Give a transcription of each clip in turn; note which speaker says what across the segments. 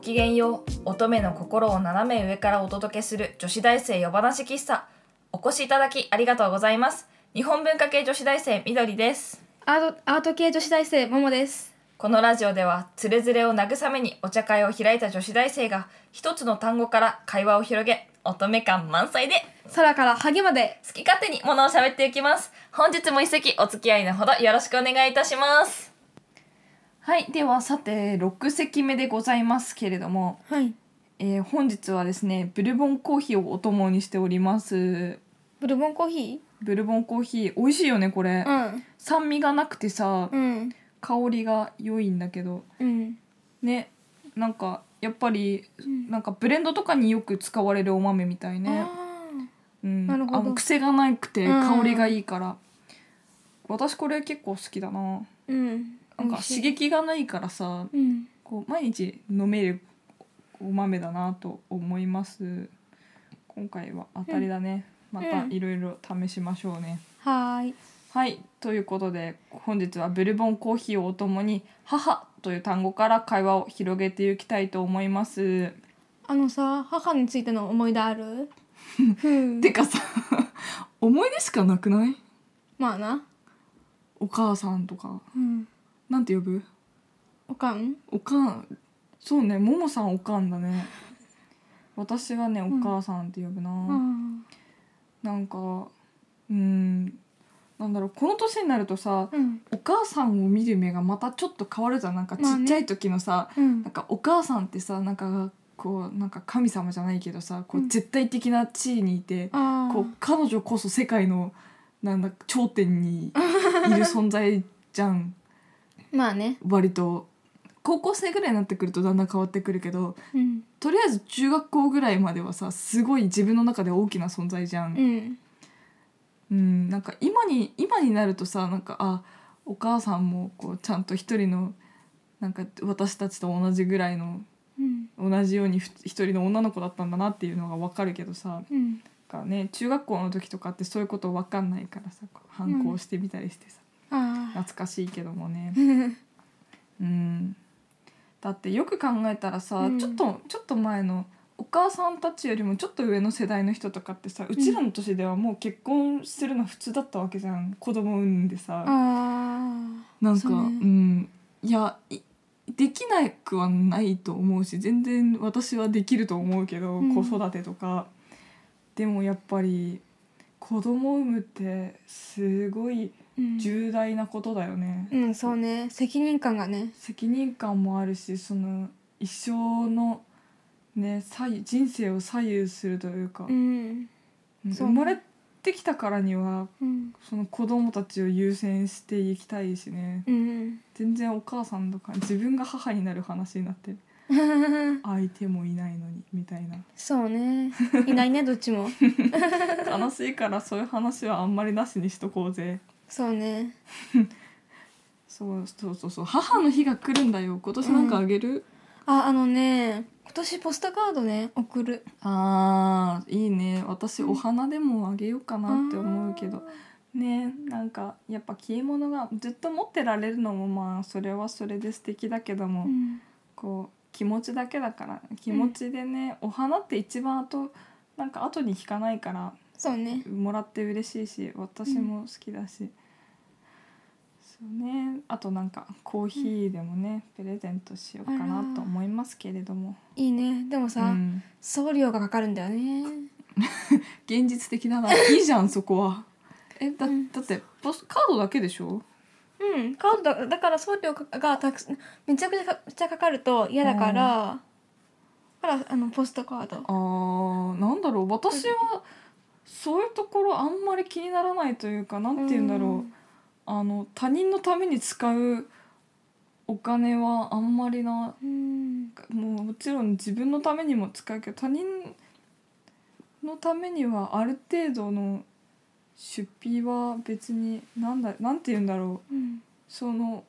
Speaker 1: きげんよう乙女の心を斜め上からお届けする女子大生夜話喫茶お越しいただきありがとうございます日本文化系女子大生みどりです
Speaker 2: アートアート系女子大生ももです
Speaker 1: このラジオではつれづれを慰めにお茶会を開いた女子大生が一つの単語から会話を広げ乙女感満載で
Speaker 2: 空からハゲまで
Speaker 1: 好き勝手にものを喋っていきます本日も一席お付き合いのほどよろしくお願いいたしますはいではさて6席目でございますけれども、
Speaker 2: はい
Speaker 1: えー本日はですねブルボンコーヒーをお供にしております
Speaker 2: ブルボンコーヒ
Speaker 1: ブルボンコーヒー美味しいよねこれ、
Speaker 2: ーうん
Speaker 1: 酸味がなくてさ、
Speaker 2: うん
Speaker 1: 香りが良いんだけど
Speaker 2: うん
Speaker 1: ねなんかやっぱり、
Speaker 2: ん
Speaker 1: なんかブレンドとかによく使われるお豆みたいね
Speaker 2: あ
Speaker 1: うん、
Speaker 2: なるほど
Speaker 1: あの癖がなくて
Speaker 2: うんうん
Speaker 1: 香りがいいから、私これ結構好きだな
Speaker 2: ーうん
Speaker 1: なんか
Speaker 2: 美味し
Speaker 1: 刺
Speaker 2: い
Speaker 1: 激がないからさ
Speaker 2: うん
Speaker 1: こう毎日飲めるお豆だなと思います今回は当たりだね、また
Speaker 2: うん
Speaker 1: いろいろ試しましょうね、
Speaker 2: はーい
Speaker 1: はいということで本日はブルボンコーヒーをお供に「母」という単語から会話を広げていきたいと思います
Speaker 2: あのさ母についての思い出あ るふう
Speaker 1: てかさ 思い出しかなくない
Speaker 2: まあな
Speaker 1: お母さんとか
Speaker 2: うん
Speaker 1: なんて呼ぶ
Speaker 2: おかん
Speaker 1: おかんそうねももさんおかんだね私はねお
Speaker 2: ん
Speaker 1: 母さんって呼ぶな、
Speaker 2: うん
Speaker 1: なんかうんなんだろうこの年になるとさ
Speaker 2: うん
Speaker 1: お母さんを見る目がまたちょっと変わるじゃんなんかち
Speaker 2: まあね
Speaker 1: っちゃい時のさ、
Speaker 2: うん
Speaker 1: なんかお母さんってさなんかこうなんか神様じゃないけどさこう絶対的な地位にいて、
Speaker 2: あ
Speaker 1: こう彼女こそ世界のなんだ頂点にいる存在じゃ ん
Speaker 2: うまあね
Speaker 1: 割と高校生ぐらいになってくるとだんだん変わってくるけど
Speaker 2: うん
Speaker 1: とりあえず中学校ぐらいまではさすごい自分の中で大きな存在じゃん。
Speaker 2: うん
Speaker 1: うん、なんか今に今になるとさなんかあお母さんもこうちゃんと一人のなんか私たちと同じぐらいの
Speaker 2: うん
Speaker 1: 同じようにふ一人の女の子だったんだなっていうのが分かるけどさ
Speaker 2: うん
Speaker 1: なんか、ね、中学校の時とかってそういうこと分かんないからさこう反抗してみたりしてさ、
Speaker 2: あ
Speaker 1: 懐かしいけどもね。
Speaker 2: ー
Speaker 1: うん、だってよく考えたらさ、
Speaker 2: うん
Speaker 1: ちょっとちょっと前のお母さんたちよりもちょっと上の世代の人とかってさうちらの年ではもう結婚するの普通だったわけじゃん子供産んでさ
Speaker 2: あ
Speaker 1: なんか
Speaker 2: そう
Speaker 1: う,、
Speaker 2: ね
Speaker 1: んいやいできなくはないと思うし全然私はできると思うけど、
Speaker 2: うん
Speaker 1: 子育てとかでもやっぱり子供産むってすごい
Speaker 2: ーうん
Speaker 1: 重大なことだよね。
Speaker 2: うんそうね責任感がね
Speaker 1: 責任感もあるしその一生の、ね、左右人生を左右するというか、
Speaker 2: うん
Speaker 1: うん
Speaker 2: そ
Speaker 1: 生
Speaker 2: う
Speaker 1: まれてきたからには
Speaker 2: うん
Speaker 1: その子供たちを優先していきたいしね
Speaker 2: うん
Speaker 1: 全然お母さんとか 自分が母になる話になってる相手もいないのにみたいな
Speaker 2: そうね。 いないね、どっちも。
Speaker 1: 悲しいからそういう話はあんまりなしにしとこうぜ
Speaker 2: そうね。
Speaker 1: そうそうそうそう母の日が来るんだよ今年なんかあげる、
Speaker 2: あ、あのね、今年ポストカードね、送る。
Speaker 1: あーいいね私お花でもあげようかなって思うけど、ねなんかやっぱ消え物がずっと持ってられるのもまあそれはそれで素敵だけども、
Speaker 2: うん。
Speaker 1: こう気持ちだけだから気持ちでね、お花って一番後なんか後に引かないから
Speaker 2: そうね。
Speaker 1: もらって嬉しいし私も好きだし、そうねあとなんかコーヒーでもね、プレゼントしようかなと思いますけれども、
Speaker 2: いいね。でも
Speaker 1: う
Speaker 2: さ、
Speaker 1: ん、
Speaker 2: 送料がかかるんだよね。
Speaker 1: 現実的だないいじゃんそこは。えだ
Speaker 2: うん
Speaker 1: だってポスカードだけでしょ
Speaker 2: うん、カードだ、だから送料がたくさん、めちゃくちゃかめちゃかかると嫌だから。だから、あのポストカード。
Speaker 1: あーなんだろう私はそういうところあんまり気にならないというかなんて言うんだろう、あの他人のために使うお金はあんまりな
Speaker 2: うん。
Speaker 1: もうもちろん自分のためにも使うけど他人のためにはある程度の出費は別になんだなんて言うんだろう
Speaker 2: うん。
Speaker 1: その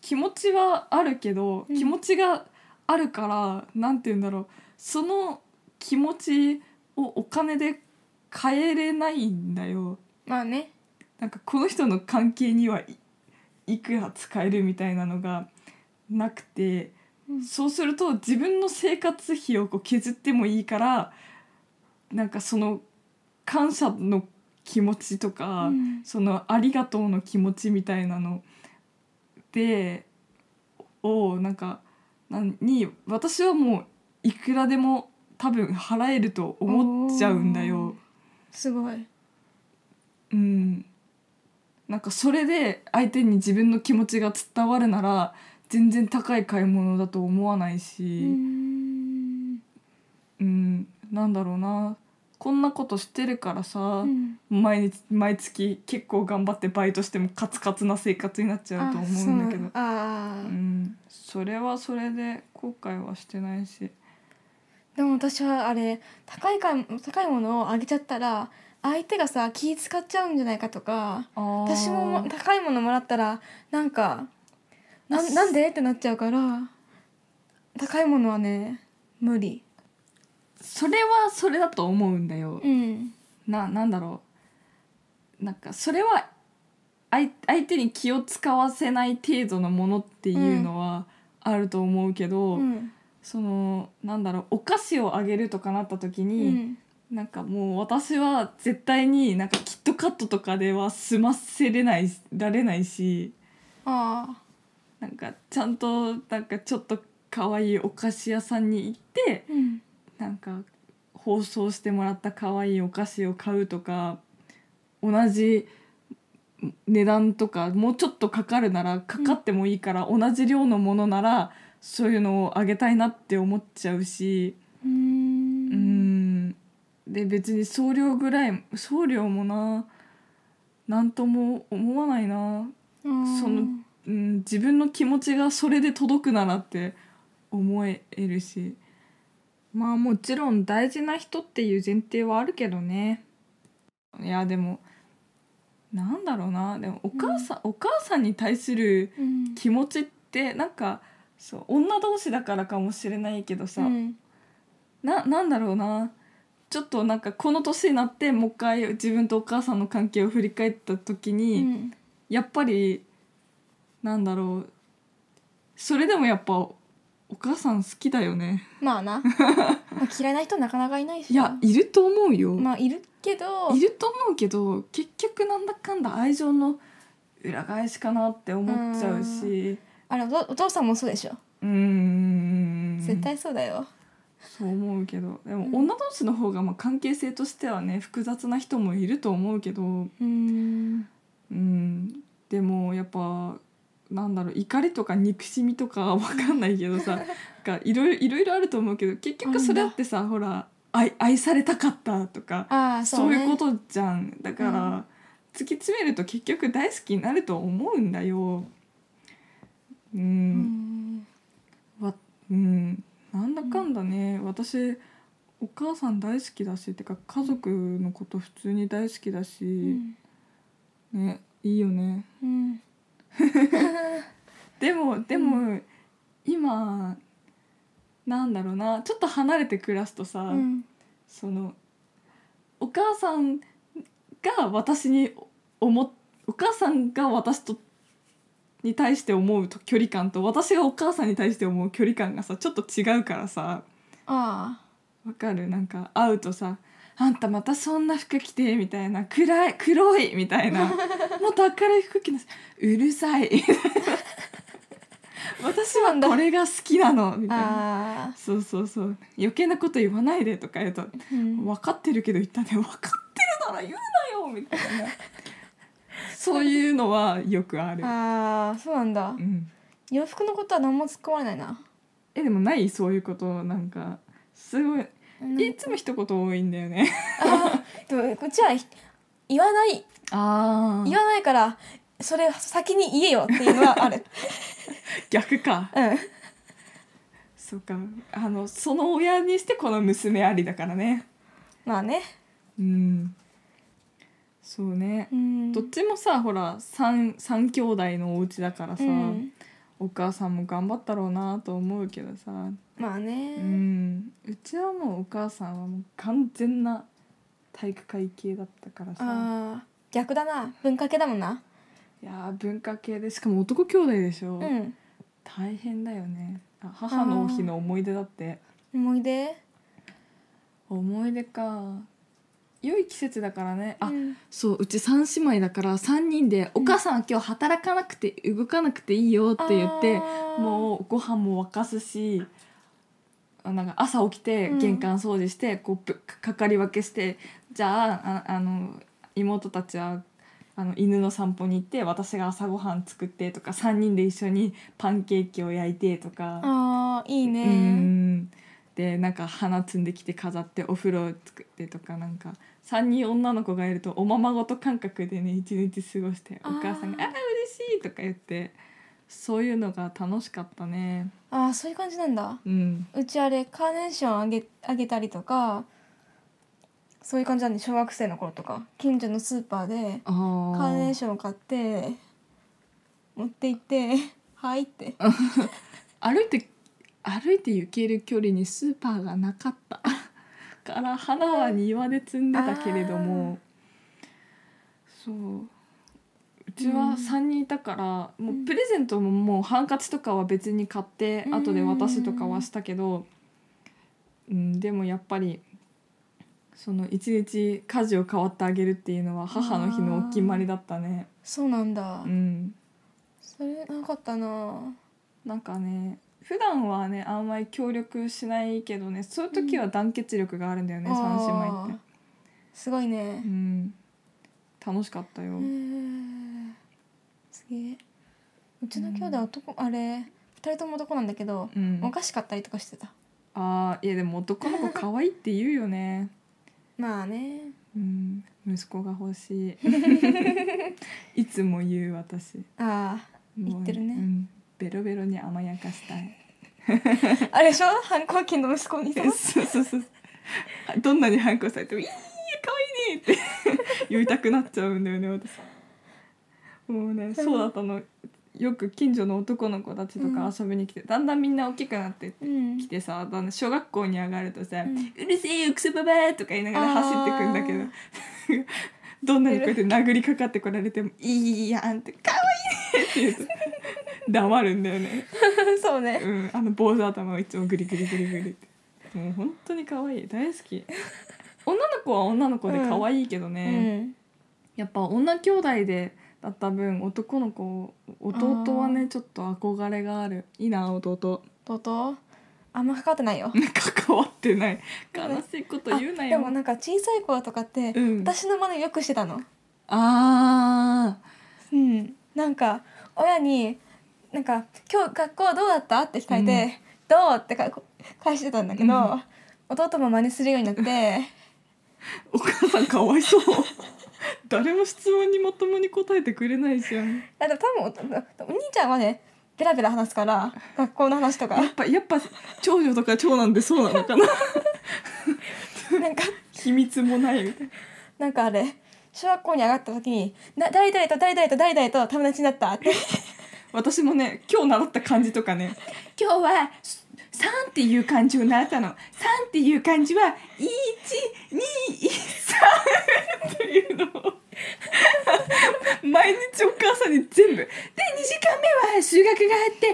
Speaker 1: 気持ちはあるけど、
Speaker 2: うん
Speaker 1: 気持ちがあるからなんて言うんだろうその気持ちをお金で変えれないんだよ。
Speaker 2: まあね。
Speaker 1: なんかこの人の関係にはいいくら使えるみたいなのがなくて
Speaker 2: うん
Speaker 1: そうすると自分の生活費をこう削ってもいいからなんかその感謝の気持ちとか、
Speaker 2: うん
Speaker 1: そのありがとうの気持ちみたいなのでをなんかなんに私はもういくらでも多分払えると思っちゃうんだよ。
Speaker 2: すごい
Speaker 1: うん、なんかそれで相手に自分の気持ちが伝わるなら全然高い買い物だと思わないうし、
Speaker 2: ん
Speaker 1: うんなんだろうなこんなことしてるからさ、
Speaker 2: うん
Speaker 1: 毎日毎月結構頑張ってバイトしてもカツカツな生活になっちゃうと思うんだけど
Speaker 2: あ。そうあ
Speaker 1: う
Speaker 2: ー、
Speaker 1: ん、それはそれで後悔はしてないし、
Speaker 2: でも私はあれ高いか高いものをあげちゃったら相手がさ気使っちゃうんじゃないかとか私もも高いものもらったらなんかな
Speaker 1: あ
Speaker 2: んなんでってなっちゃうから高いものはね無理
Speaker 1: それはそれだと思うんだよ。
Speaker 2: うん
Speaker 1: ななんだろうなんかそれは相相手に気を使わせない程度のものっていうのはあると思うけど、
Speaker 2: うん
Speaker 1: そのなんだろうお菓子をあげるとかなった時
Speaker 2: う
Speaker 1: に、
Speaker 2: ん
Speaker 1: なんかもう私は絶対になんかキットカットとかでは済ませれないられないし
Speaker 2: あ
Speaker 1: なんかちゃんとなんかちょっと可愛いお菓子屋さんに行って
Speaker 2: ーうん
Speaker 1: なんか包装してもらった可愛いお菓子を買うとか同じ値段とかもうちょっとかかるならかかってもいいから、同じ量のものならそういうのをあげたいなって思っちゃうし
Speaker 2: う
Speaker 1: うんーんで別に送料ぐらい送料もななんとも思わないな、
Speaker 2: うん
Speaker 1: そのうん、自分の気持ちがそれで届くならって思えるしまあもちろん大事な人っていう前提はあるけどねいやでもなんだろうなでもお母さん、お母さんに対する
Speaker 2: うん
Speaker 1: 気持ちってなんかそう女同士だからかもしれないけどさ、
Speaker 2: うん
Speaker 1: ななんだろうなちょっとなんかこの年になってもう一回自分とお母さんの関係を振り返った時に、
Speaker 2: うん
Speaker 1: やっぱりなんだろうそれでもやっぱお母さん好きだよね
Speaker 2: まあ なまあ嫌いな人なかなかいないし
Speaker 1: いやいると思うよ、
Speaker 2: まあいるけど
Speaker 1: いると思うけど結局なんだかんだ愛情の裏返しかなって思っちゃうし
Speaker 2: あれお父お父さんもそうでしょ
Speaker 1: うーん
Speaker 2: 絶対そうだよ
Speaker 1: そう思うけどでも
Speaker 2: うん
Speaker 1: 女同士の方がまあ関係性としてはね複雑な人もいると思うけど
Speaker 2: うん
Speaker 1: うんでもやっぱなんだろう怒りとか憎しみとかわかんないけど さがいろいろいろいろあると思うけど結局それだってさほら愛愛されたかったとか
Speaker 2: ああ
Speaker 1: そ
Speaker 2: そう
Speaker 1: う,、
Speaker 2: ね
Speaker 1: いうことじゃんだから、
Speaker 2: うん
Speaker 1: 突き詰めると結局大好きになると思うんだよ。う、
Speaker 2: うんん
Speaker 1: わうん、なんだかんだね、私お母さん大好きだしってか家族のこと普通に大好きだし、
Speaker 2: うん
Speaker 1: ねいいよね。
Speaker 2: うん
Speaker 1: でもでも、今なんだろうなちょっと離れて暮らすとさ、
Speaker 2: うん
Speaker 1: そのお母さんが私に思っお母さんが私とに対して思うと距離感と私がお母さんに対して思う距離感がさちょっと違うからさ
Speaker 2: あ
Speaker 1: わかるなんか会うとさ「あんたまたそんな服着て」みたいな「暗い黒い」みたい な「もっと明るい服着なさいうるさ い」私はこれが好きなの」み
Speaker 2: あ
Speaker 1: たいな。
Speaker 2: ああ
Speaker 1: そうそうそう余計なこと言わないでとか言うと
Speaker 2: うん
Speaker 1: 分かってるけど言ったね分かってるなら言うなよみたいなそういうのはよくある、
Speaker 2: ああそうなんだ
Speaker 1: うん、
Speaker 2: 洋服のことは何も突っ込まれないな
Speaker 1: えでもないそういうことなんかすごいいつも一言多いんだよね
Speaker 2: あーでもこっちはひ言わない
Speaker 1: あ
Speaker 2: 言わないからそれ先に言えよっていうのはあ る
Speaker 1: 逆か
Speaker 2: うん
Speaker 1: そうかあのその親にしてこの娘ありだからね
Speaker 2: まあね
Speaker 1: うんそうね、
Speaker 2: うん
Speaker 1: どっちもさほら三三兄弟のお家だからさ、
Speaker 2: うん
Speaker 1: お母さんも頑張ったろうなと思うけどさ
Speaker 2: まあね
Speaker 1: うん、うちはもうお母さんはもう完全な体育会系だったからさ
Speaker 2: ああ逆だな文化系だもんない
Speaker 1: やー文化系でしかも男兄弟でしょ、
Speaker 2: うん
Speaker 1: 大変だよねあ母の日の思い出だって
Speaker 2: 思い出
Speaker 1: 思い出か良い季節だからねあ、
Speaker 2: うん
Speaker 1: そううち3姉妹だから3人で「お母さんは今日働かなくて動かなくていいよ」って言って
Speaker 2: あー
Speaker 1: もうご飯も沸かすしあなんか朝起きて
Speaker 2: うん
Speaker 1: 玄関掃除して、こうぶかかかり分けしてじゃあああの妹たちはあの犬の散歩に行って私が朝ごはん作ってとか3人で一緒にパンケーキを焼いてとか。
Speaker 2: あーいいね
Speaker 1: うんでなんか花摘んできて飾ってお風呂作ってとかなんか3人女の子がいるとおままごと感覚でね一日過ごしてお
Speaker 2: あー
Speaker 1: 母さんが「あら嬉しい!」とか言ってそういうのが楽しかったね。
Speaker 2: ああそういう感じなんだ
Speaker 1: うん、
Speaker 2: うちあれカーネーションあげあげたりとかそういう感じなんで小学生の頃とか近所のスーパーで
Speaker 1: あ
Speaker 2: カ
Speaker 1: ー
Speaker 2: ーネーションを買って持って行って 「はい」って
Speaker 1: 歩いて歩いて行ける距離にスーパーがなかった から花は庭で摘んでたけれどもそううち
Speaker 2: うん
Speaker 1: は3人いたから、もうプレゼントももうハンカチとかは別に買って、
Speaker 2: うん
Speaker 1: 後で渡すとかはしたけど、うん、でもやっぱりその一日家事を代わってあげるっていうのは母の日のお決まりだったね。
Speaker 2: そうなんだ、
Speaker 1: うん
Speaker 2: それなかったな
Speaker 1: なんかね普段はねあんまり協力しないけどねそういう時は団結力があるんだよね、三姉妹って
Speaker 2: あー、すごいね
Speaker 1: う、ん、楽しかったよ、
Speaker 2: へーすげえうちの兄弟男、あれ2人とも男なんだけど、
Speaker 1: うん、
Speaker 2: おかしかったりとかしてた
Speaker 1: あーいやでも男の子可愛いって言うよね、
Speaker 2: まあね
Speaker 1: うん、息子が欲し いいつも言う私
Speaker 2: あ
Speaker 1: も
Speaker 2: 言
Speaker 1: う
Speaker 2: ってるね
Speaker 1: うん、ベロベロに甘やかしたい
Speaker 2: ーあれでしょ反抗期の息子にさ
Speaker 1: そうそうそうどんなに反抗されても「いい可愛いね」って言いたくなっちゃうんだよね私もうねそうだったのよく近所の男の子たちとか遊びに来て、だんだんみんな大きくなって
Speaker 2: うん
Speaker 1: きてさだんだん小学校に上がるとさ「
Speaker 2: う
Speaker 1: うんるせえよクソババー!」とか言いながら走ってくんだけど
Speaker 2: あー
Speaker 1: どんなにこうやって殴りかかってこられても「いいやん」って「可愛いね」って言うと黙るんだよね。
Speaker 2: そうね
Speaker 1: うん、あの坊主頭をいつもグリグリグリグリってもう本当に可愛い大好き女の子は女の子で可愛いけど
Speaker 2: う
Speaker 1: ね、
Speaker 2: ん
Speaker 1: やっぱ女兄弟でだった分男の子弟は
Speaker 2: あ
Speaker 1: ねちょっと憧れがあるいいな弟
Speaker 2: とうとうあんま関わってないよ
Speaker 1: 関わってない悲
Speaker 2: そうね
Speaker 1: しいこと言うな
Speaker 2: あで
Speaker 1: よ
Speaker 2: もなんか小さい子とかって、
Speaker 1: うん
Speaker 2: 私の真似よくしてたの
Speaker 1: あ
Speaker 2: うんなんか親になんか「今日学校どうだった?」って聞かれて「どう?」ってか返してたんだけど、
Speaker 1: うん
Speaker 2: 弟も真似するようになって
Speaker 1: ーお母さんかわいそう誰も質問にまともに答えてくれないじゃん
Speaker 2: あでも多分おお兄ちゃんはねベラベラ話すから学校の話と か
Speaker 1: やっぱやっぱ長女とか長男でそうなのかな
Speaker 2: なんか
Speaker 1: 秘密もないみたいな
Speaker 2: なんかあれ小学校に上がった時に「な誰々と誰々と誰々と友達になった」って
Speaker 1: 私もね今日習った漢字とかね今日は「三っていう漢字を習ったの「三っていう漢字は「一二三っていうのを毎日お母さんに全部で2時間目は数学があって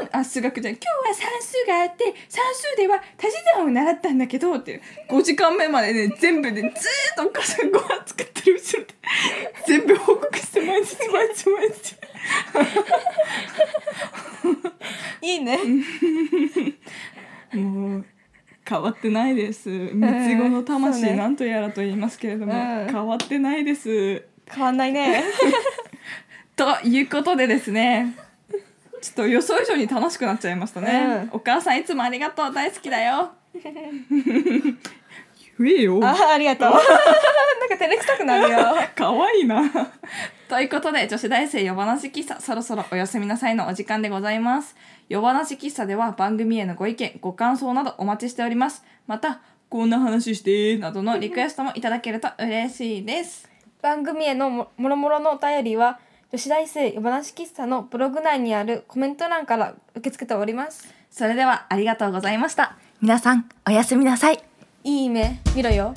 Speaker 1: 今日あ数学じゃない今日は算数があって算数では足し算を習ったんだけどって5時間目までね全部で、ずーっとお母さんご飯作ってる後ろで全部報告して毎日毎日毎日。
Speaker 2: いいね
Speaker 1: もう変わってないです。三つ子の魂、
Speaker 2: そうね
Speaker 1: なんとやらと言いますけれども、
Speaker 2: うん
Speaker 1: 変わってないです。
Speaker 2: 変わんないね
Speaker 1: ということでですね。ちょっと予想以上に楽しくなっちゃいましたね。お母さんいつもありがとう、大好きだよ。 言えよ。
Speaker 2: あありがとう なんか照れくさくなるよ
Speaker 1: 可愛いな。ということで、女子大生夜話喫茶、そろそろおやすみなさいのお時間でございます。夜話喫茶では番組へのご意見、ご感想などお待ちしております。また、こんな話して、などのリクエストもいただけると嬉しいです。
Speaker 2: 番組へのももろもろのお便りは女子大生夜話喫茶のブログ内にあるコメント欄から受け付けております
Speaker 1: それでは、ありがとうございました。
Speaker 3: 皆さん、おやすみなさい。
Speaker 2: いい目見ろよ